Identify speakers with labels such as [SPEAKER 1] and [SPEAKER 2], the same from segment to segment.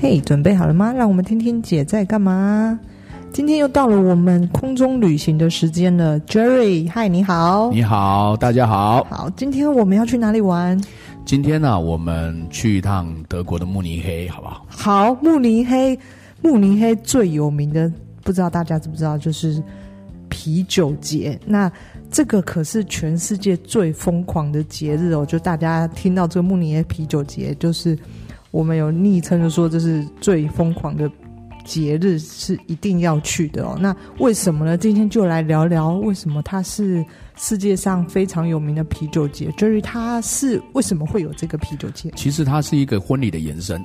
[SPEAKER 1] 嘿、准备好了吗？让我们听听姐在干嘛。今天又到了我们空中旅行的时间了，Jerry，嗨，你好。
[SPEAKER 2] 你好，大家好。
[SPEAKER 1] 好，今天我们要去哪里玩？
[SPEAKER 2] 今天呢、我们去一趟德国的慕尼黑，好不好？
[SPEAKER 1] 好，慕尼黑，慕尼黑最有名的，不知道大家知不知道，就是啤酒节。那这个可是全世界最疯狂的节日哦！就大家听到这个慕尼黑啤酒节，就是我们有昵称就说这是最疯狂的节日，是一定要去的哦。那为什么呢？今天就来聊聊为什么它是世界上非常有名的啤酒节。Jerry，它是为什么会有这个啤酒节？
[SPEAKER 2] 其实它是一个婚礼的延伸。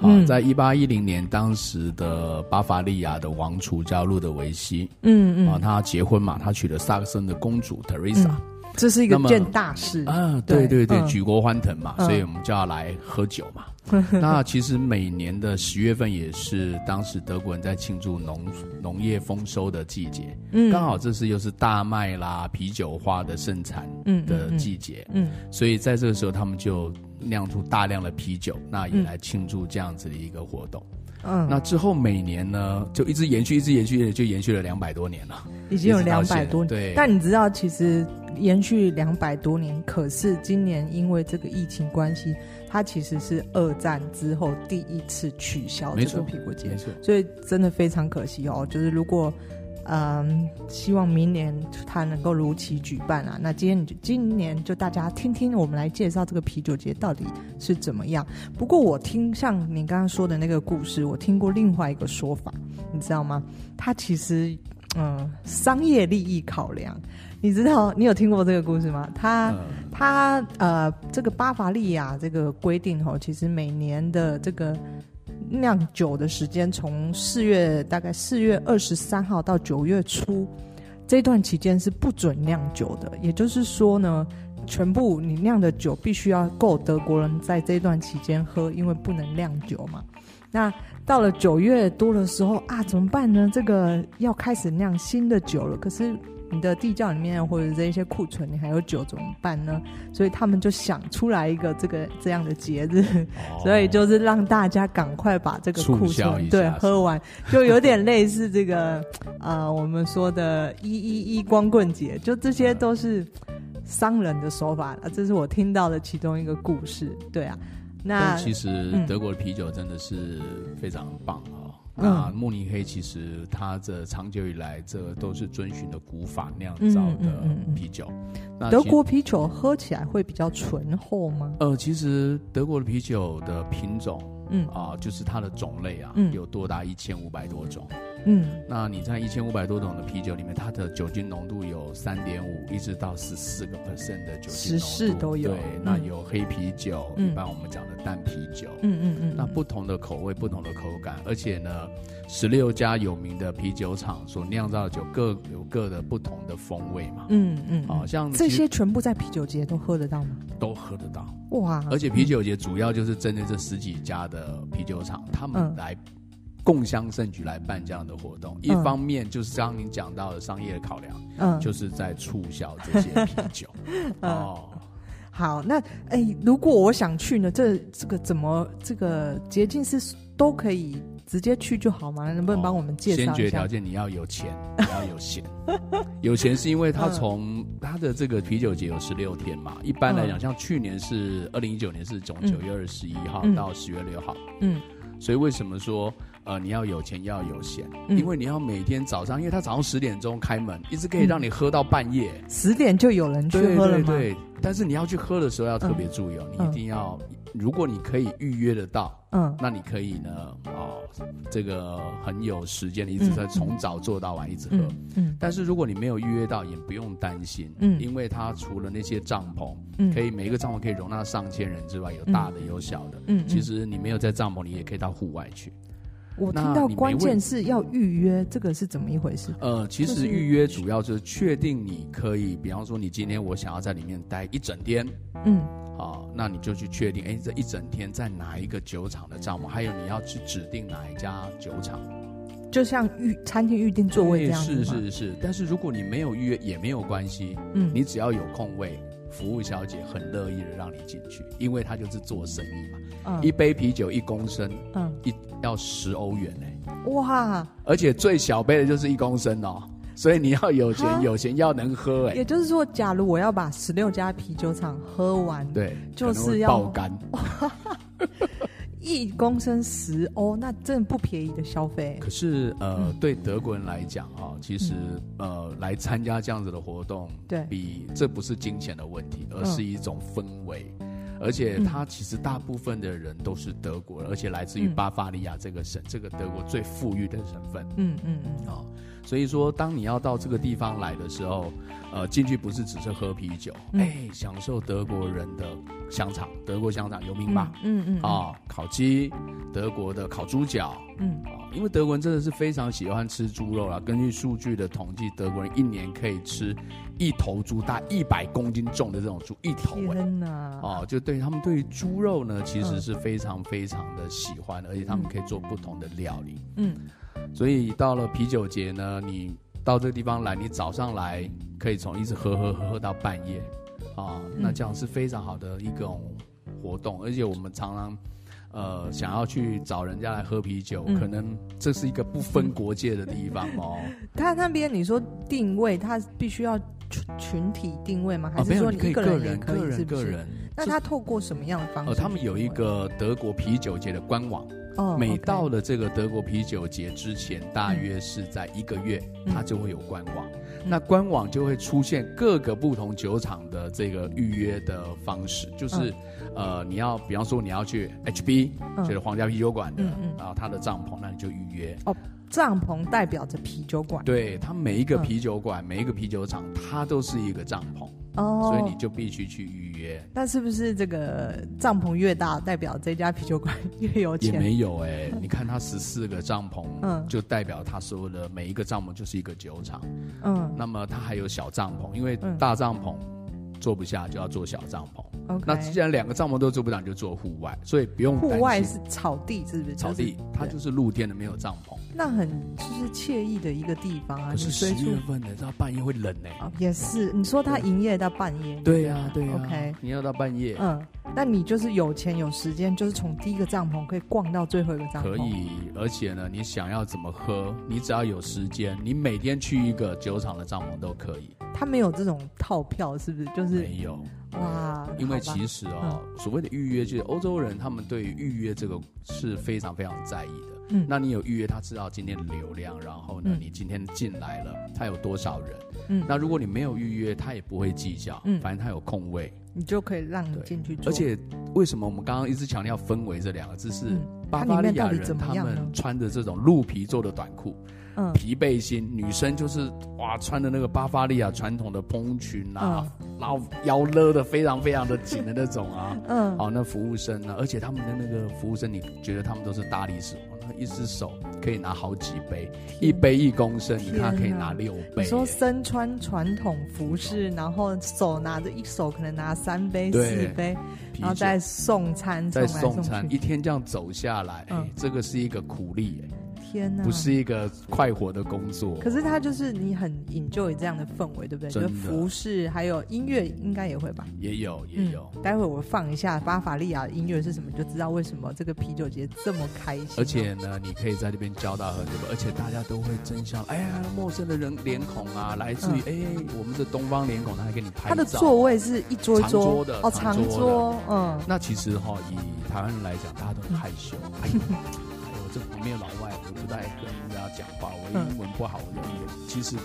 [SPEAKER 2] 啊，
[SPEAKER 1] 嗯
[SPEAKER 2] 在一八一零年，当时的巴伐利亚的王储叫路德维希，
[SPEAKER 1] 嗯嗯，
[SPEAKER 2] 啊，他结婚嘛，他娶了萨克森的公主 Teresa，、
[SPEAKER 1] 这是一个
[SPEAKER 2] 那么
[SPEAKER 1] 件大事
[SPEAKER 2] 啊，对对对，
[SPEAKER 1] 嗯
[SPEAKER 2] 举国欢腾嘛，
[SPEAKER 1] 嗯
[SPEAKER 2] 所以我们就要来喝酒 嘛。那其实每年的十月份也是当时德国人在庆祝农农业丰收的季节，
[SPEAKER 1] 嗯
[SPEAKER 2] 刚好这次又是大麦啦、啤酒花的盛产
[SPEAKER 1] 嗯
[SPEAKER 2] 的季节，
[SPEAKER 1] 嗯
[SPEAKER 2] 所以在这个时候他们就酿出大量的啤酒，那也来庆祝这样子的一个活动。
[SPEAKER 1] 嗯，
[SPEAKER 2] 那之后每年呢，就一直延续，一直延续，就延续了两百多年了。
[SPEAKER 1] 已经有
[SPEAKER 2] 嗯一直到
[SPEAKER 1] 两
[SPEAKER 2] 现
[SPEAKER 1] 百多年。
[SPEAKER 2] 对
[SPEAKER 1] 但你知道，其实延续两百多年，可是今年因为这个疫情关系，它其实是二战之后第一次取消
[SPEAKER 2] 没
[SPEAKER 1] 这
[SPEAKER 2] 错
[SPEAKER 1] 个屁股节
[SPEAKER 2] 没，错，
[SPEAKER 1] 所以真的非常可惜哦。就是如果嗯，希望明年它能够如期举办啊。那今天你就今年就大家听听，我们来介绍这个啤酒节到底是怎么样。不过我听像你刚刚说的那个故事，我听过另外一个说法，你知道吗？它其实嗯、呃商业利益考量，你知道你有听过这个故事吗？它、
[SPEAKER 2] 嗯
[SPEAKER 1] 它呃，这个巴伐利亚这个规定哦，其实每年的这个酿酒的时间，从四月大概四月二十三号到九月初这段期间是不准酿酒的。也就是说呢，全部你酿的酒必须要够德国人在这段期间喝，因为不能酿酒嘛。那到了九月多的时候啊，怎么办呢？这个要开始酿新的酒了，可是你的地窖里面或者这一些库存，你还有酒怎么办呢？所以他们就想出来一个这个这样的节日，所以就是让大家赶快把这个库
[SPEAKER 2] 哦促销一
[SPEAKER 1] 存
[SPEAKER 2] 下
[SPEAKER 1] 对
[SPEAKER 2] 是吧
[SPEAKER 1] 喝完，就有点类似这个呃我们说的“一一一光棍节”，就这些都是商人的手法啊，这是我听到的其中一个故事。对啊，那
[SPEAKER 2] 但其实
[SPEAKER 1] 嗯
[SPEAKER 2] 德国的啤酒真的是非常棒哦。
[SPEAKER 1] 嗯
[SPEAKER 2] 那慕尼黑其实它这长久以来，这都是遵循的古法酿造
[SPEAKER 1] 嗯嗯
[SPEAKER 2] 的
[SPEAKER 1] 嗯嗯
[SPEAKER 2] 啤酒。那
[SPEAKER 1] 德
[SPEAKER 2] 其
[SPEAKER 1] 国啤酒喝起来会比较醇厚吗？
[SPEAKER 2] 呃，其实德国的啤酒的品种
[SPEAKER 1] 嗯
[SPEAKER 2] 啊、就是它的种类啊，
[SPEAKER 1] 嗯
[SPEAKER 2] 有多达一千五百多种。
[SPEAKER 1] 嗯
[SPEAKER 2] 那你在一千五百多种的啤酒里面，它的酒精浓度有三点五一直到十四个 percent 的酒精浓度，
[SPEAKER 1] 14都有
[SPEAKER 2] 对，
[SPEAKER 1] 嗯
[SPEAKER 2] 那有黑啤酒，
[SPEAKER 1] 嗯
[SPEAKER 2] 一般我们讲的淡啤酒，
[SPEAKER 1] 嗯嗯嗯，
[SPEAKER 2] 那不同的口味、不同的口感，而且呢，十六家有名的啤酒厂所酿造的酒各有各的不同的风味嘛。
[SPEAKER 1] 嗯嗯，
[SPEAKER 2] 好、哦像
[SPEAKER 1] 这
[SPEAKER 2] 其实
[SPEAKER 1] 些全部在啤酒节都喝得到吗？
[SPEAKER 2] 都喝得到，
[SPEAKER 1] 哇！
[SPEAKER 2] 而且啤酒节主要就是针对这十几家的啤酒厂，他
[SPEAKER 1] 嗯
[SPEAKER 2] 们来共襄盛举来办这样的活动。一
[SPEAKER 1] 嗯
[SPEAKER 2] 方面就是刚刚您讲到的商业的考量，
[SPEAKER 1] 嗯，
[SPEAKER 2] 就是在促销这些啤 酒。哦，
[SPEAKER 1] 好，那哎、如果我想去呢，这这个怎么这个捷径是都可以直接去就好吗？能不能帮我们介
[SPEAKER 2] 先
[SPEAKER 1] 绍
[SPEAKER 2] 决
[SPEAKER 1] 一
[SPEAKER 2] 条
[SPEAKER 1] 下？
[SPEAKER 2] 件你要有钱，你要有闲。有钱是因为
[SPEAKER 1] 嗯
[SPEAKER 2] 他从他的这个啤酒节有十六天嘛，一般来讲，
[SPEAKER 1] 嗯
[SPEAKER 2] 像去年是二零一九年是从
[SPEAKER 1] 嗯
[SPEAKER 2] 九月二十一号
[SPEAKER 1] 嗯
[SPEAKER 2] 到十月六号，
[SPEAKER 1] 嗯
[SPEAKER 2] 所以为什么说呃你要有钱要有闲？
[SPEAKER 1] 嗯
[SPEAKER 2] 因为你要每天早上，因为他早上十点钟开门，一直可以
[SPEAKER 1] 嗯
[SPEAKER 2] 让你喝到半夜。
[SPEAKER 1] 十点就有嗯人去
[SPEAKER 2] 对
[SPEAKER 1] 喝了
[SPEAKER 2] 对
[SPEAKER 1] 吗？
[SPEAKER 2] 对，但是你要去喝的时候要特别注意哦，你
[SPEAKER 1] 嗯
[SPEAKER 2] 一定要，如果你可以预约得到，
[SPEAKER 1] 嗯
[SPEAKER 2] 那你可以呢，哦，这个很有时间的，一直在从早做到晚，一直喝。
[SPEAKER 1] 嗯嗯
[SPEAKER 2] 但是如果你没有预约到，也不用担心，
[SPEAKER 1] 嗯
[SPEAKER 2] 因为它除了那些帐篷，
[SPEAKER 1] 嗯，
[SPEAKER 2] 可
[SPEAKER 1] 以。
[SPEAKER 2] 以每个帐篷可以容纳上千人之外，有大的有小的。
[SPEAKER 1] 嗯，
[SPEAKER 2] 其实你没有在帐篷，你也可以到户外去。
[SPEAKER 1] 我听
[SPEAKER 2] 那
[SPEAKER 1] 到
[SPEAKER 2] 你没
[SPEAKER 1] 关键
[SPEAKER 2] 问
[SPEAKER 1] 是要预约，这个是怎么一回事？
[SPEAKER 2] 呃，其
[SPEAKER 1] 就是
[SPEAKER 2] 实预约主要就是确定你可以，比方说你今天我想要在里面待一整天，
[SPEAKER 1] 嗯
[SPEAKER 2] 啊，那你就去确定，哎，这一整天在哪一个酒厂的帐篷，还有你要去指定哪一家酒厂。
[SPEAKER 1] 嗯就像预餐厅预定座位这
[SPEAKER 2] 对
[SPEAKER 1] 样子
[SPEAKER 2] 是
[SPEAKER 1] 吗，
[SPEAKER 2] 是是，但是如果你没有预约也没有关系，
[SPEAKER 1] 嗯
[SPEAKER 2] 你只要有空位，服务小姐很乐意的让你进去，因为她就是做生意嘛。
[SPEAKER 1] 嗯
[SPEAKER 2] 一杯啤酒一公升，
[SPEAKER 1] 嗯，
[SPEAKER 2] 一要十欧元哎、
[SPEAKER 1] 哇，
[SPEAKER 2] 而且最小杯的就是一公升哦，所以你要有
[SPEAKER 1] 哈
[SPEAKER 2] 钱，有钱要能喝哎、
[SPEAKER 1] 也就是说，假如我要把十六家啤酒厂喝完，
[SPEAKER 2] 对，
[SPEAKER 1] 就
[SPEAKER 2] 可能
[SPEAKER 1] 是
[SPEAKER 2] 会
[SPEAKER 1] 要
[SPEAKER 2] 爆肝。
[SPEAKER 1] 一公升十欧，那真的不便宜的消费。
[SPEAKER 2] 可是呃，
[SPEAKER 1] 嗯
[SPEAKER 2] 对德国人来讲啊、其实呃，来参加这样子的活动，
[SPEAKER 1] 对
[SPEAKER 2] 比这不是金钱的问题，而
[SPEAKER 1] 嗯
[SPEAKER 2] 是一种氛围。而且他其实大部分的人都是德国人，而且来自于
[SPEAKER 1] 嗯
[SPEAKER 2] 巴伐利亚这个省，这个德国最富裕的省份。
[SPEAKER 1] 嗯嗯嗯，
[SPEAKER 2] 啊、所以说，当你要到这个地方来的时候，呃，进去不是只是喝啤酒，
[SPEAKER 1] 嗯
[SPEAKER 2] 哎、享受德国人的香肠，德国香肠有名吧？
[SPEAKER 1] 嗯嗯
[SPEAKER 2] 啊、，烤鸡，德国的烤猪脚，
[SPEAKER 1] 嗯
[SPEAKER 2] 啊、因为德国人真的是非常喜欢吃猪肉啦。根据数据的统计，德国人一年可以吃一头猪大一百公斤重的这种猪，一头哎、
[SPEAKER 1] 天哪，
[SPEAKER 2] 哦，就对他们对于猪肉呢，其实
[SPEAKER 1] 嗯
[SPEAKER 2] 是非常非常的喜欢，而且他们可以做不同的料理。
[SPEAKER 1] 嗯
[SPEAKER 2] 所以到了啤酒节呢，你到这个地方来，你早上来可以从一直喝喝喝喝到半夜，啊，那
[SPEAKER 1] 嗯
[SPEAKER 2] 这样是非常好的一种活动。而且我们常常，呃，想要去找人家来喝啤酒，
[SPEAKER 1] 嗯
[SPEAKER 2] 可能这是一个不分国界的地方哦。
[SPEAKER 1] 他那边你说定位，他必须要群群体定位吗？还
[SPEAKER 2] 啊，没
[SPEAKER 1] 是
[SPEAKER 2] 有，
[SPEAKER 1] 说
[SPEAKER 2] 你可以
[SPEAKER 1] 一
[SPEAKER 2] 个
[SPEAKER 1] 人也
[SPEAKER 2] 人、
[SPEAKER 1] 可
[SPEAKER 2] 个
[SPEAKER 1] 以？是
[SPEAKER 2] 人、
[SPEAKER 1] 不
[SPEAKER 2] 个
[SPEAKER 1] 是？
[SPEAKER 2] 人。
[SPEAKER 1] 那他透过什么样的方式去
[SPEAKER 2] 呃，
[SPEAKER 1] 定位？
[SPEAKER 2] 他们有一个德国啤酒节的官网，
[SPEAKER 1] 哦，
[SPEAKER 2] 每
[SPEAKER 1] OK
[SPEAKER 2] 到了这个德国啤酒节之前，大约是在一个月，
[SPEAKER 1] 嗯
[SPEAKER 2] 它就会有官网。那官网就会出现各个不同酒厂的这个预约的方式，就是、呃，你要比方说你要去 HB，、
[SPEAKER 1] 嗯
[SPEAKER 2] 就是皇家啤酒馆的，
[SPEAKER 1] 嗯嗯
[SPEAKER 2] 然后它的帐篷，那你就预约。
[SPEAKER 1] 帐篷代表着啤酒馆
[SPEAKER 2] 对，它每一个
[SPEAKER 1] 嗯
[SPEAKER 2] 啤酒馆、每一个啤酒厂，它都是一个帐篷，
[SPEAKER 1] 哦，
[SPEAKER 2] 所以你就必须去预约。
[SPEAKER 1] 那是不是这个帐篷越大，代表这家啤酒馆越有
[SPEAKER 2] 也
[SPEAKER 1] 钱？
[SPEAKER 2] 没有哎、 你看它十四个帐篷，
[SPEAKER 1] 嗯
[SPEAKER 2] 就代表它所有的每一个帐篷就是一个酒厂。
[SPEAKER 1] 嗯
[SPEAKER 2] 那么它还有小帐篷，因为
[SPEAKER 1] 嗯
[SPEAKER 2] 大帐篷坐不下，就要做小帐篷。
[SPEAKER 1] ，OK。
[SPEAKER 2] 那既然两个帐篷都坐不了，你就做户外，所以不用
[SPEAKER 1] 户外
[SPEAKER 2] 担心。
[SPEAKER 1] 是草地，是不是？
[SPEAKER 2] 草地
[SPEAKER 1] 就是
[SPEAKER 2] 它
[SPEAKER 1] 对
[SPEAKER 2] 就是露天的，没有帐篷。
[SPEAKER 1] 那很就是惬意的一个地方啊。
[SPEAKER 2] 可是
[SPEAKER 1] 你
[SPEAKER 2] 十
[SPEAKER 1] 随处
[SPEAKER 2] 月份的，到半夜会冷呢、
[SPEAKER 1] 啊，也是。你说他营业到半夜？
[SPEAKER 2] 对呀，对呀。
[SPEAKER 1] OK
[SPEAKER 2] 你要到半夜
[SPEAKER 1] 嗯，那你就是有钱有时间，就是从第一个帐篷可以逛到最后一个帐篷。
[SPEAKER 2] 可。以，而且呢，你想要怎么喝，你只要有时间，你每天去一个酒厂的帐篷都可以。
[SPEAKER 1] 他没有这种套票，是不是？就是
[SPEAKER 2] 没有，
[SPEAKER 1] 哇，
[SPEAKER 2] 因为
[SPEAKER 1] 好吧嗯
[SPEAKER 2] 其实哦，所谓的预约，就是欧洲人他们对于预约这个是非常非常在意的。
[SPEAKER 1] 嗯
[SPEAKER 2] 那你有预约，他知道今天的流量，然后呢，
[SPEAKER 1] 嗯
[SPEAKER 2] 你今天进来了，他有多少人？
[SPEAKER 1] 嗯
[SPEAKER 2] 那如果你没有预约，他也不会计较，
[SPEAKER 1] 嗯
[SPEAKER 2] 反正他有空位。
[SPEAKER 1] 你就可以让你
[SPEAKER 2] 对
[SPEAKER 1] 进去坐，
[SPEAKER 2] 而且为什么我们刚刚一直强调氛围这两个字是？
[SPEAKER 1] 嗯
[SPEAKER 2] 巴伐利亚
[SPEAKER 1] 它里面到底怎
[SPEAKER 2] 人
[SPEAKER 1] 么
[SPEAKER 2] 他
[SPEAKER 1] 样呢
[SPEAKER 2] 们穿的这种鹿皮做的短裤、
[SPEAKER 1] 嗯
[SPEAKER 2] 皮背心，女生就是哇穿的那个巴伐利亚传统的蓬裙啊，然后腰勒的非常非常的紧的那种啊。
[SPEAKER 1] 嗯
[SPEAKER 2] 好，那服务生啊呢？而且他们的那个服务生，你觉得他们都是大力士，哦那一只手可以拿好几杯，一杯一公升，你
[SPEAKER 1] 天
[SPEAKER 2] 看可以
[SPEAKER 1] 哪
[SPEAKER 2] 拿六
[SPEAKER 1] 你
[SPEAKER 2] 杯耶。
[SPEAKER 1] 说身穿传统服饰，然后手拿着一手可能拿三杯
[SPEAKER 2] 对
[SPEAKER 1] 四杯，
[SPEAKER 2] 啤
[SPEAKER 1] 然后
[SPEAKER 2] 酒
[SPEAKER 1] 再送餐，
[SPEAKER 2] 再
[SPEAKER 1] 送来
[SPEAKER 2] 送餐，
[SPEAKER 1] 去
[SPEAKER 2] 一天这样走下来，哎
[SPEAKER 1] 嗯
[SPEAKER 2] 这个是一个苦力，哎
[SPEAKER 1] 天哪！
[SPEAKER 2] 不是一个快活的工作。
[SPEAKER 1] 可是它就是你很 enjoy 这样的氛围，对不对？就
[SPEAKER 2] 真的
[SPEAKER 1] 服饰还有音乐应该也会吧？
[SPEAKER 2] 也有也有，
[SPEAKER 1] 嗯。待会我放一下巴伐利亚的音乐是什么，你就知道为什么这个啤酒节这么开心。
[SPEAKER 2] 而且呢，你可以在这边交到很多，而且大家都会争相，哎呀，陌生的人脸孔啊，来自于哎我们的东方脸孔，他还给你拍
[SPEAKER 1] 嗯
[SPEAKER 2] 照。啊
[SPEAKER 1] 它的座位是一桌一
[SPEAKER 2] 长
[SPEAKER 1] 桌
[SPEAKER 2] 桌的
[SPEAKER 1] 哦，
[SPEAKER 2] 长
[SPEAKER 1] 长
[SPEAKER 2] 桌的
[SPEAKER 1] 桌，嗯，
[SPEAKER 2] 那其实哈、以台湾人来讲，大家都很害羞。哎呦，哎呦，这旁边有老外，我不太跟人家讲话，我
[SPEAKER 1] 嗯
[SPEAKER 2] 英文不好，我就也其实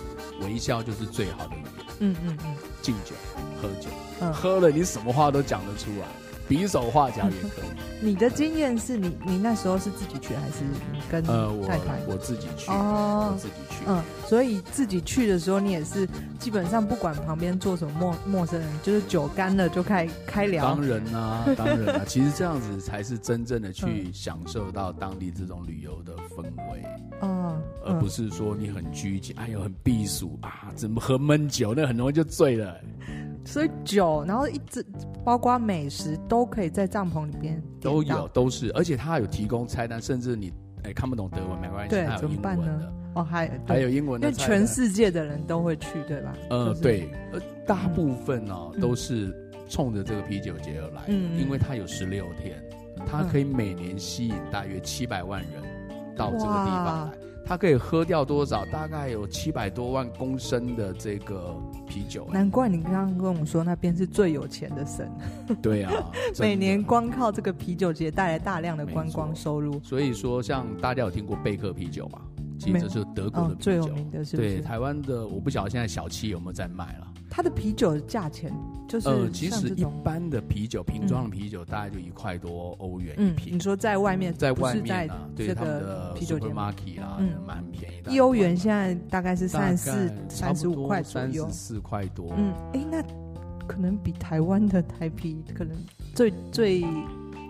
[SPEAKER 2] 微笑就是最好的语言。
[SPEAKER 1] 嗯嗯嗯，
[SPEAKER 2] 敬酒、喝酒，
[SPEAKER 1] 嗯
[SPEAKER 2] 喝了你什么话都讲得出来，比手画脚也可以。
[SPEAKER 1] 你的经验是你你那时候是自己去还是你跟
[SPEAKER 2] 呃，
[SPEAKER 1] 带团？
[SPEAKER 2] 我我自己去，我
[SPEAKER 1] 哦，
[SPEAKER 2] 自己去。
[SPEAKER 1] 嗯，所以自己去的时候，你也是基本上不管旁边坐什么陌陌生人，就是酒干了就开开聊
[SPEAKER 2] 当。然啦、 当然啦、其实这样子才是真正的
[SPEAKER 1] 嗯
[SPEAKER 2] 去享受到当地这种旅游的氛围。
[SPEAKER 1] 哦，
[SPEAKER 2] 而不
[SPEAKER 1] 是、
[SPEAKER 2] 是说你很拘谨，哎呦很避暑啊，怎么喝闷酒，那很容易就醉了、
[SPEAKER 1] 所以酒，然后一直包括美食都可以在帐篷里边
[SPEAKER 2] 都
[SPEAKER 1] 点
[SPEAKER 2] 有
[SPEAKER 1] 到
[SPEAKER 2] 都是，而且它有提供菜单，甚至你哎看不懂德文没关系，
[SPEAKER 1] 对
[SPEAKER 2] 它，有
[SPEAKER 1] 怎么
[SPEAKER 2] 英
[SPEAKER 1] 办
[SPEAKER 2] 文
[SPEAKER 1] 呢
[SPEAKER 2] 的，？
[SPEAKER 1] 哦，还
[SPEAKER 2] 还
[SPEAKER 1] 对
[SPEAKER 2] 有英文
[SPEAKER 1] 因
[SPEAKER 2] 的
[SPEAKER 1] 为
[SPEAKER 2] 菜单
[SPEAKER 1] 全世界的人都会去，对吧？
[SPEAKER 2] 呃
[SPEAKER 1] 就是
[SPEAKER 2] 对，呃大部分哦
[SPEAKER 1] 嗯
[SPEAKER 2] 都是冲着这个啤酒节而来的，
[SPEAKER 1] 嗯嗯
[SPEAKER 2] 因为它有十六天，它可以每年吸引大约七百万人到这个地方
[SPEAKER 1] 哇
[SPEAKER 2] 来，它可以喝掉多少？大概有七百多万公升的这个啤酒、哎
[SPEAKER 1] 难怪你刚刚跟我说那边是最有钱的省，
[SPEAKER 2] 对啊，真 的
[SPEAKER 1] 每年。光靠这个啤酒节带来大量的
[SPEAKER 2] 没
[SPEAKER 1] 观光
[SPEAKER 2] 错
[SPEAKER 1] 收入，
[SPEAKER 2] 所以说，像大家有听过贝克啤酒嘛？其
[SPEAKER 1] 没
[SPEAKER 2] 实
[SPEAKER 1] 有
[SPEAKER 2] 这是德国
[SPEAKER 1] 哦
[SPEAKER 2] 的，啤
[SPEAKER 1] 最有
[SPEAKER 2] 酒。
[SPEAKER 1] 名的是不
[SPEAKER 2] 对
[SPEAKER 1] 是？
[SPEAKER 2] 台湾的，我不晓得现在小七有没有在卖了。
[SPEAKER 1] 它的啤酒的价钱就是
[SPEAKER 2] 呃，其
[SPEAKER 1] 像
[SPEAKER 2] 实
[SPEAKER 1] 这
[SPEAKER 2] 一
[SPEAKER 1] 种
[SPEAKER 2] 般的啤酒，瓶装的啤酒大概就一块多欧元一
[SPEAKER 1] 嗯，
[SPEAKER 2] 瓶
[SPEAKER 1] 你，说在外面
[SPEAKER 2] 在
[SPEAKER 1] 不
[SPEAKER 2] 外
[SPEAKER 1] 是
[SPEAKER 2] 面
[SPEAKER 1] 在
[SPEAKER 2] 啊，对
[SPEAKER 1] 这
[SPEAKER 2] 他们
[SPEAKER 1] 个
[SPEAKER 2] 的
[SPEAKER 1] 啤酒节
[SPEAKER 2] supermarket 啊
[SPEAKER 1] 嗯，
[SPEAKER 2] 蛮便宜的，
[SPEAKER 1] 一欧元现在大概是三十四、
[SPEAKER 2] 三
[SPEAKER 1] 三十五块左
[SPEAKER 2] 三
[SPEAKER 1] 右
[SPEAKER 2] 十。四块多，
[SPEAKER 1] 嗯，哎，那可能比台湾的台啤可能最最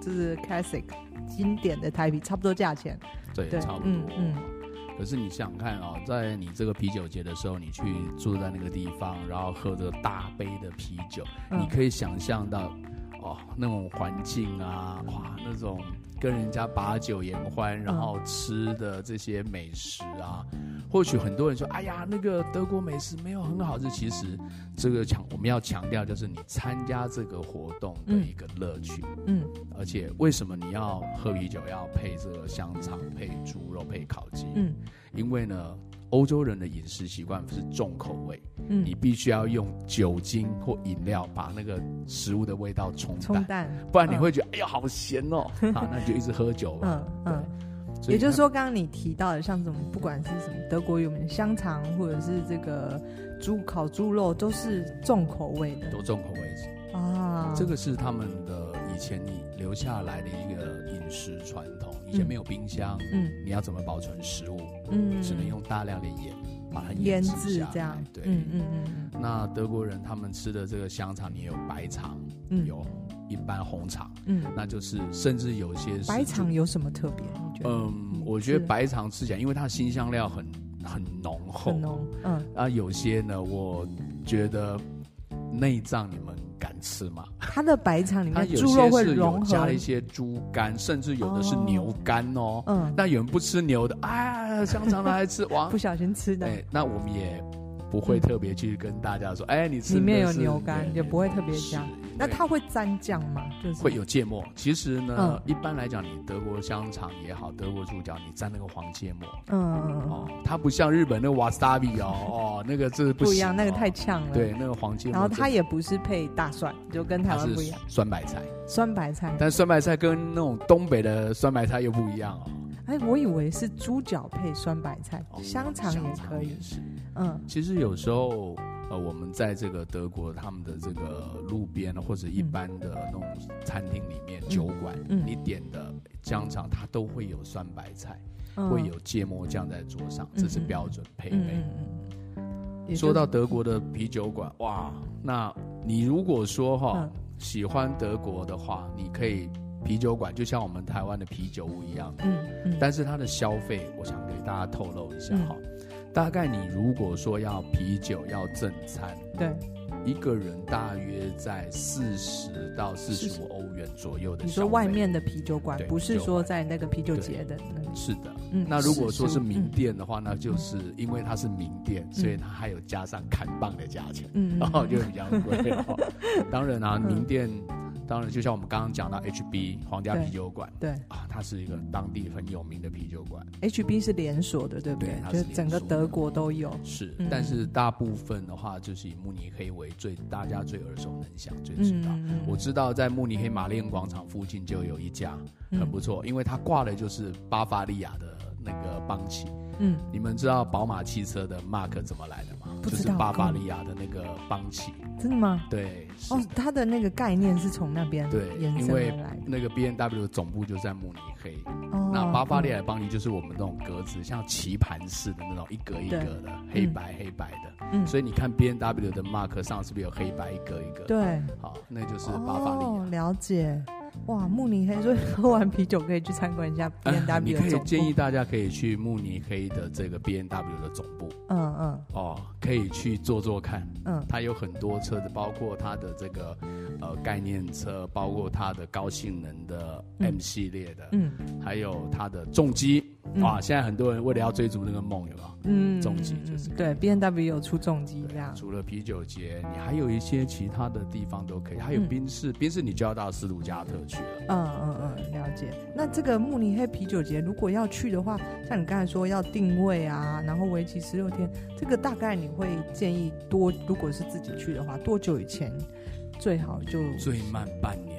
[SPEAKER 1] 就是 classic 经典的台啤差不多价钱。
[SPEAKER 2] 对，
[SPEAKER 1] 对
[SPEAKER 2] 差不
[SPEAKER 1] 嗯嗯
[SPEAKER 2] 多。可是你想想看啊、在你这个啤酒节的时候，你去住在那个地方，然后喝着大杯的啤酒，
[SPEAKER 1] 嗯
[SPEAKER 2] 你可以想象到，哦，那种环境啊，哇，那种跟人家把酒言欢，然后吃的这些美食啊，或许很多人说，哎呀，那个德国美食没有很好吃，其实这个强我们要强调就是你参加这个活动的一个乐趣，
[SPEAKER 1] 嗯，
[SPEAKER 2] 而且为什么你要喝啤酒要配这个香肠、配猪肉、配烤鸡？
[SPEAKER 1] 嗯
[SPEAKER 2] 因为呢，欧洲人的饮食习惯是重口味。你
[SPEAKER 1] 嗯，
[SPEAKER 2] 必须要用酒精或饮料把那个食物的味道冲
[SPEAKER 1] 冲
[SPEAKER 2] 淡，
[SPEAKER 1] 淡。
[SPEAKER 2] 不然你会觉得、哎呀好咸 哦，啊，那你就一直喝酒吧。
[SPEAKER 1] 嗯
[SPEAKER 2] 对
[SPEAKER 1] 嗯，
[SPEAKER 2] 所以
[SPEAKER 1] 也就是说，刚刚你提到的，像什么，不管是什么德国有名的香肠，或者是这个猪烤猪肉，都是重口味
[SPEAKER 2] 它
[SPEAKER 1] 的
[SPEAKER 2] 都重口味，
[SPEAKER 1] 啊。
[SPEAKER 2] 这个是他们的以前你留下来的一个饮食传统。以前没有冰箱，
[SPEAKER 1] 嗯
[SPEAKER 2] 你要怎么保存食物？
[SPEAKER 1] 嗯，
[SPEAKER 2] 只能用大量的盐把它
[SPEAKER 1] 腌
[SPEAKER 2] 制
[SPEAKER 1] 制
[SPEAKER 2] 下
[SPEAKER 1] 这样
[SPEAKER 2] 来。。对，
[SPEAKER 1] 嗯嗯嗯
[SPEAKER 2] 那德国人他们吃的这个香肠，你有白肠，
[SPEAKER 1] 嗯，
[SPEAKER 2] 有一般红肠，
[SPEAKER 1] 嗯，
[SPEAKER 2] 那就是甚至有些是
[SPEAKER 1] 白
[SPEAKER 2] 就
[SPEAKER 1] 肠有什么特别？你觉得？
[SPEAKER 2] 嗯，我觉
[SPEAKER 1] 是
[SPEAKER 2] 得白肠吃起来，因为它新香料很很浓厚，
[SPEAKER 1] 很浓，嗯，
[SPEAKER 2] 啊，有些呢，我觉得内脏你们敢吃吗？
[SPEAKER 1] 它的白肠里
[SPEAKER 2] 它
[SPEAKER 1] 面
[SPEAKER 2] 有
[SPEAKER 1] 猪肉
[SPEAKER 2] 些
[SPEAKER 1] 会
[SPEAKER 2] 是有
[SPEAKER 1] 融
[SPEAKER 2] 加
[SPEAKER 1] 合
[SPEAKER 2] 了一，些猪肝，甚至有的是
[SPEAKER 1] 哦
[SPEAKER 2] 牛肝哦。
[SPEAKER 1] 嗯，
[SPEAKER 2] 那有人不吃牛的，啊，香肠拿来吃，哇
[SPEAKER 1] 不，小心吃的，
[SPEAKER 2] 啊哎，那我们也不会特别去跟大家说，哎，你吃
[SPEAKER 1] 嗯里面
[SPEAKER 2] 的
[SPEAKER 1] 有
[SPEAKER 2] 是
[SPEAKER 1] 牛肝，
[SPEAKER 2] 对
[SPEAKER 1] 也不会特别
[SPEAKER 2] 是
[SPEAKER 1] 香。
[SPEAKER 2] 因
[SPEAKER 1] 那
[SPEAKER 2] 为
[SPEAKER 1] 它会沾酱吗？就是
[SPEAKER 2] 会有芥末。其实呢，
[SPEAKER 1] 嗯
[SPEAKER 2] 一般来讲，你德国香肠也好，德国猪脚，你蘸那个黄芥末，
[SPEAKER 1] 嗯，
[SPEAKER 2] 哦，它不像日本那个 wasabi 哦，哦，那个这是不
[SPEAKER 1] 不一
[SPEAKER 2] 行
[SPEAKER 1] 样，那个
[SPEAKER 2] 哦
[SPEAKER 1] 太呛了。
[SPEAKER 2] 对，，那个黄芥末
[SPEAKER 1] 然后
[SPEAKER 2] 真的，
[SPEAKER 1] 它也不是配大蒜，就跟台
[SPEAKER 2] 它
[SPEAKER 1] 湾不一
[SPEAKER 2] 是
[SPEAKER 1] 样，
[SPEAKER 2] 酸白菜，
[SPEAKER 1] 酸白菜。
[SPEAKER 2] 但酸白菜跟那种东北的酸白菜又不一样哦。
[SPEAKER 1] 哎，我以为是猪脚配酸白菜，
[SPEAKER 2] 哦
[SPEAKER 1] 香肠也可以
[SPEAKER 2] 也。是。
[SPEAKER 1] 嗯
[SPEAKER 2] 其实有时候，呃，我们在这个德国他们的这个路边或者一般的那种餐厅里面、酒馆，
[SPEAKER 1] 嗯
[SPEAKER 2] 你点的香肠它都会有酸白菜，
[SPEAKER 1] 嗯，
[SPEAKER 2] 会有芥末酱在桌上，这是
[SPEAKER 1] 嗯嗯
[SPEAKER 2] 标准配
[SPEAKER 1] 嗯
[SPEAKER 2] 备。
[SPEAKER 1] 嗯嗯嗯。
[SPEAKER 2] 说到德国的啤酒馆，哇，那你如果说哈、
[SPEAKER 1] 嗯
[SPEAKER 2] 喜欢德国的话，你可以啤酒馆就像我们台湾的啤酒屋一样，
[SPEAKER 1] 也就是，嗯嗯，
[SPEAKER 2] 但是它的消费，我想给大家透露一下哈、
[SPEAKER 1] 嗯
[SPEAKER 2] 大概你如果说要啤酒要正餐，
[SPEAKER 1] 对，
[SPEAKER 2] 一个人大约在四十到四十五欧元左右的消费。
[SPEAKER 1] 你说外面的啤酒馆
[SPEAKER 2] 对，
[SPEAKER 1] 不是
[SPEAKER 2] 啤酒
[SPEAKER 1] 说
[SPEAKER 2] 馆
[SPEAKER 1] 在那个啤酒节的那里。
[SPEAKER 2] 是的，
[SPEAKER 1] 嗯
[SPEAKER 2] 那如果说是名
[SPEAKER 1] 嗯
[SPEAKER 2] 店的话，那就是因为它是名店，所以它还有加上看棒的价钱。
[SPEAKER 1] 嗯，
[SPEAKER 2] 然
[SPEAKER 1] 嗯
[SPEAKER 2] 哦后就比较贵 了。当然啊，
[SPEAKER 1] 嗯
[SPEAKER 2] 名店，当然就像我们刚刚讲到 HB 皇家
[SPEAKER 1] 对
[SPEAKER 2] 啤酒馆
[SPEAKER 1] 对
[SPEAKER 2] 啊，它是一个当地很有名的啤酒馆，
[SPEAKER 1] ，HB 是连锁的，对不
[SPEAKER 2] 对它
[SPEAKER 1] 就是是整个
[SPEAKER 2] 连锁的
[SPEAKER 1] 德国都有。
[SPEAKER 2] 是
[SPEAKER 1] 嗯，
[SPEAKER 2] 但是大部分的话就是以慕尼黑为最大家最耳熟能详、最知道。
[SPEAKER 1] 嗯，
[SPEAKER 2] 我知道在慕尼黑马利恩广场附近就有一家
[SPEAKER 1] 嗯
[SPEAKER 2] 很不错，因为它挂的就是巴伐利亚的那个邦旗。
[SPEAKER 1] 嗯，
[SPEAKER 2] 你们知道宝马汽车的 Mark 怎么来的吗？
[SPEAKER 1] 不
[SPEAKER 2] 就
[SPEAKER 1] 知
[SPEAKER 2] 是
[SPEAKER 1] 道
[SPEAKER 2] 巴伐利亚的那个邦旗。
[SPEAKER 1] 嗯真的吗？
[SPEAKER 2] 对，是
[SPEAKER 1] 哦，它的那个概念是从那边
[SPEAKER 2] 对
[SPEAKER 1] 延
[SPEAKER 2] 因
[SPEAKER 1] 伸
[SPEAKER 2] 为
[SPEAKER 1] 而来的。
[SPEAKER 2] 那个 B N W 总部就在慕尼黑，
[SPEAKER 1] 哦
[SPEAKER 2] 那巴伐利亚的邦尼就是我们那种格子，像棋盘式的那种一格一格的，黑白黑白的。
[SPEAKER 1] 嗯
[SPEAKER 2] 所以你看 B N W 的 mark 上是不是有黑白一格一格？，
[SPEAKER 1] 对，
[SPEAKER 2] 好，那就是巴伐利
[SPEAKER 1] 哦
[SPEAKER 2] 亚。
[SPEAKER 1] 了解。哇，慕尼黑， 所以喝完啤酒可以去参观一下 B
[SPEAKER 2] 呃
[SPEAKER 1] N
[SPEAKER 2] 你
[SPEAKER 1] W
[SPEAKER 2] 可
[SPEAKER 1] 的
[SPEAKER 2] 以
[SPEAKER 1] 总部。
[SPEAKER 2] 建议大家可以去慕尼黑的这个 B N W 的总部
[SPEAKER 1] 嗯嗯
[SPEAKER 2] 哦，可以去坐坐看。
[SPEAKER 1] 嗯
[SPEAKER 2] 它有很多车子，包括它的这个呃概念车，包括它的高性能的
[SPEAKER 1] 嗯
[SPEAKER 2] M 系列的，
[SPEAKER 1] 嗯，
[SPEAKER 2] 还有它的重机，哇，现在很多人为了要追逐那个梦，有没有？
[SPEAKER 1] 嗯，
[SPEAKER 2] 重机就是
[SPEAKER 1] 嗯对 B N W 有出重机这样，
[SPEAKER 2] 除了啤酒节，你还有一些其他的地方都可以，还有
[SPEAKER 1] 嗯
[SPEAKER 2] 宾士，宾士你就要到斯图加特去了。
[SPEAKER 1] 嗯嗯嗯，了解。那这个慕尼黑啤酒节如果要去的话，像你刚才说要定位啊，然后为期十六天，这个大概你会建议多，如果是自己去的话，多久以前最好就
[SPEAKER 2] 最慢半年。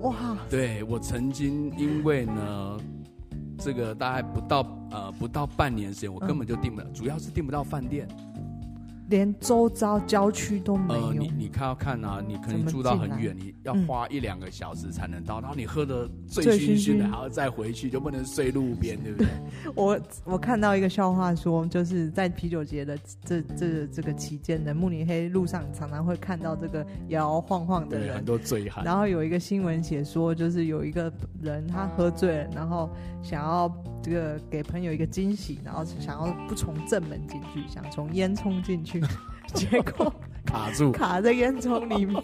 [SPEAKER 1] 哇，
[SPEAKER 2] 对我曾经因为呢，这个大概不到呃不到半年时间，我根本就订不
[SPEAKER 1] 嗯
[SPEAKER 2] 了，主要是订不到饭店。
[SPEAKER 1] 连周遭郊区都没
[SPEAKER 2] 呃，
[SPEAKER 1] 有
[SPEAKER 2] 你，你看要看啊，你可
[SPEAKER 1] 怎
[SPEAKER 2] 能
[SPEAKER 1] 么
[SPEAKER 2] 住到
[SPEAKER 1] 进
[SPEAKER 2] 很
[SPEAKER 1] 来
[SPEAKER 2] 远，你要
[SPEAKER 1] 嗯
[SPEAKER 2] 花一两个小时才能到，然后你喝的醉
[SPEAKER 1] 醉
[SPEAKER 2] 醺
[SPEAKER 1] 醺
[SPEAKER 2] 醺的，
[SPEAKER 1] 醺
[SPEAKER 2] 还要再回去，就不能睡路边，对不 对？
[SPEAKER 1] 我我看到一个笑话说，就是在啤酒节的这这这个期间的慕尼黑路上，常常会看到这个摇摇晃晃的
[SPEAKER 2] 对，啊
[SPEAKER 1] 人
[SPEAKER 2] 很。多醉汉。
[SPEAKER 1] 然后有一个新闻写说，就是有一个人他喝醉了，然后想要这个给朋友一个惊喜，然后想要不从正门进去，想从烟囱进去，结果
[SPEAKER 2] 卡住，
[SPEAKER 1] 卡在烟囱里面。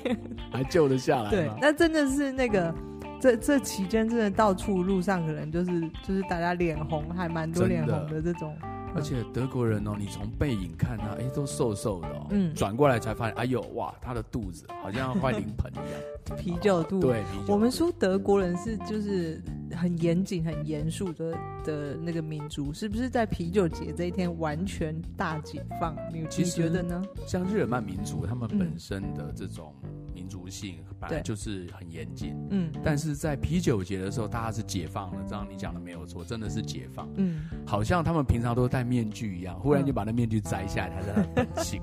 [SPEAKER 2] 还救得下来
[SPEAKER 1] 对
[SPEAKER 2] 吗，？
[SPEAKER 1] 那真的是那个，这这期间真的到处路上可能就是就是大家脸红，还蛮多
[SPEAKER 2] 真
[SPEAKER 1] 脸
[SPEAKER 2] 的
[SPEAKER 1] 红的这种。
[SPEAKER 2] 而且德国人哦，你从背影看他，哎，都瘦瘦的哦，
[SPEAKER 1] 嗯
[SPEAKER 2] 转过来才发现，哎呦，哇，他的肚子好像要换临盆一样。
[SPEAKER 1] 啤酒肚。，
[SPEAKER 2] 对，啤酒
[SPEAKER 1] 嗯我们
[SPEAKER 2] 肚
[SPEAKER 1] 说德国人是就是很严谨、很严肃的的那个民族，是不是在啤酒节这一天完全大解放？你
[SPEAKER 2] 其
[SPEAKER 1] 你
[SPEAKER 2] 实
[SPEAKER 1] 觉得呢？
[SPEAKER 2] 像日耳曼民族，他们
[SPEAKER 1] 嗯
[SPEAKER 2] 本身的这种民族性本来
[SPEAKER 1] 对
[SPEAKER 2] 就是很严谨，
[SPEAKER 1] 嗯
[SPEAKER 2] 但是在啤酒节的时候，大家是解放了。这样你讲的没有错，真的是解放，
[SPEAKER 1] 嗯，
[SPEAKER 2] 好像他们平常都戴面具一样，忽然就把那面具摘下来，他是他的本 性。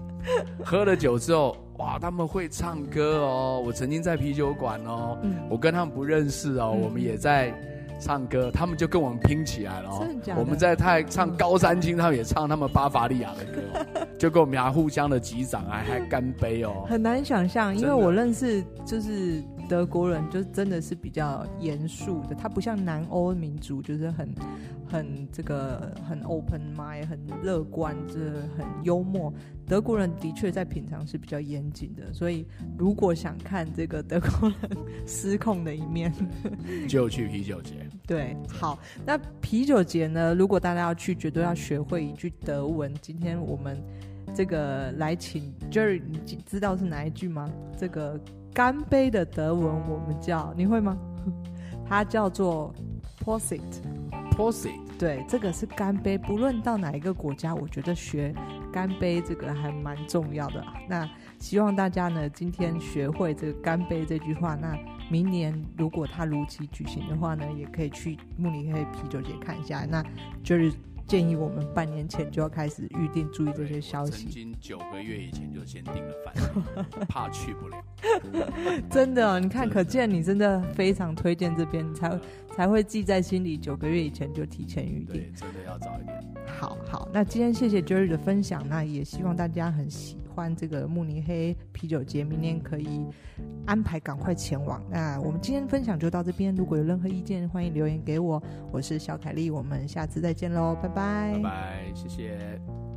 [SPEAKER 2] 喝了酒之后，哇，他们会唱歌哦。我曾经在啤酒馆哦，
[SPEAKER 1] 嗯
[SPEAKER 2] 我跟他们不认识哦，
[SPEAKER 1] 嗯
[SPEAKER 2] 我们也在唱歌，他们就跟我们拼起来了、哦。
[SPEAKER 1] 真的假的
[SPEAKER 2] 我们在泰唱高山青，他们也唱他们巴伐利亚的歌、 哦，就跟我们俩互相的击掌，还还干杯 哦。
[SPEAKER 1] 很难想象，因
[SPEAKER 2] 真
[SPEAKER 1] 为
[SPEAKER 2] 的
[SPEAKER 1] 我认识就是德国人，就真的是比较严肃的，他不像南欧民族，就是很很这个很 open mind，很乐观，就是很幽默。德国人的确在平常是比较严谨的，所以如果想看这个德国人失控的一面，
[SPEAKER 2] 就去啤酒节，
[SPEAKER 1] 对，好，那啤酒节呢？如果大家要去，绝对要学会一句德文。今天我们这个来请 Jerry，你记知道是哪一句吗？这个干杯的德文我们叫，你会吗？ 它叫做 posit。
[SPEAKER 2] p o s i
[SPEAKER 1] 对，这个是干杯，不论到哪一个国家，我觉得学干杯这个还蛮重要的啊。那希望大家呢今天学会这个干杯这句话，那明年如果它如期举行的话呢，也可以去慕尼黑啤酒节看一下。那就是建议我们半年前就要开始预定，注意这些消
[SPEAKER 2] 曾
[SPEAKER 1] 息。
[SPEAKER 2] 经九个月以前就先订了饭 店，怕去不了。
[SPEAKER 1] 真的哦、你看，
[SPEAKER 2] 真的
[SPEAKER 1] 可见你真的非常推荐这边，你才会才会记在心里，九个月以前就提前预定。
[SPEAKER 2] 对，真的要早一点。
[SPEAKER 1] 好好，那今天谢谢 Jerry 的分享，那也希望大家很喜欢这个慕尼黑啤酒节，明年可以安排赶快前往。那我们今天分享就到这边，如果有任何意见，欢迎留言给我。我是小凯丽，我们下次再见喽，拜
[SPEAKER 2] 拜拜，谢谢。
[SPEAKER 1] 拜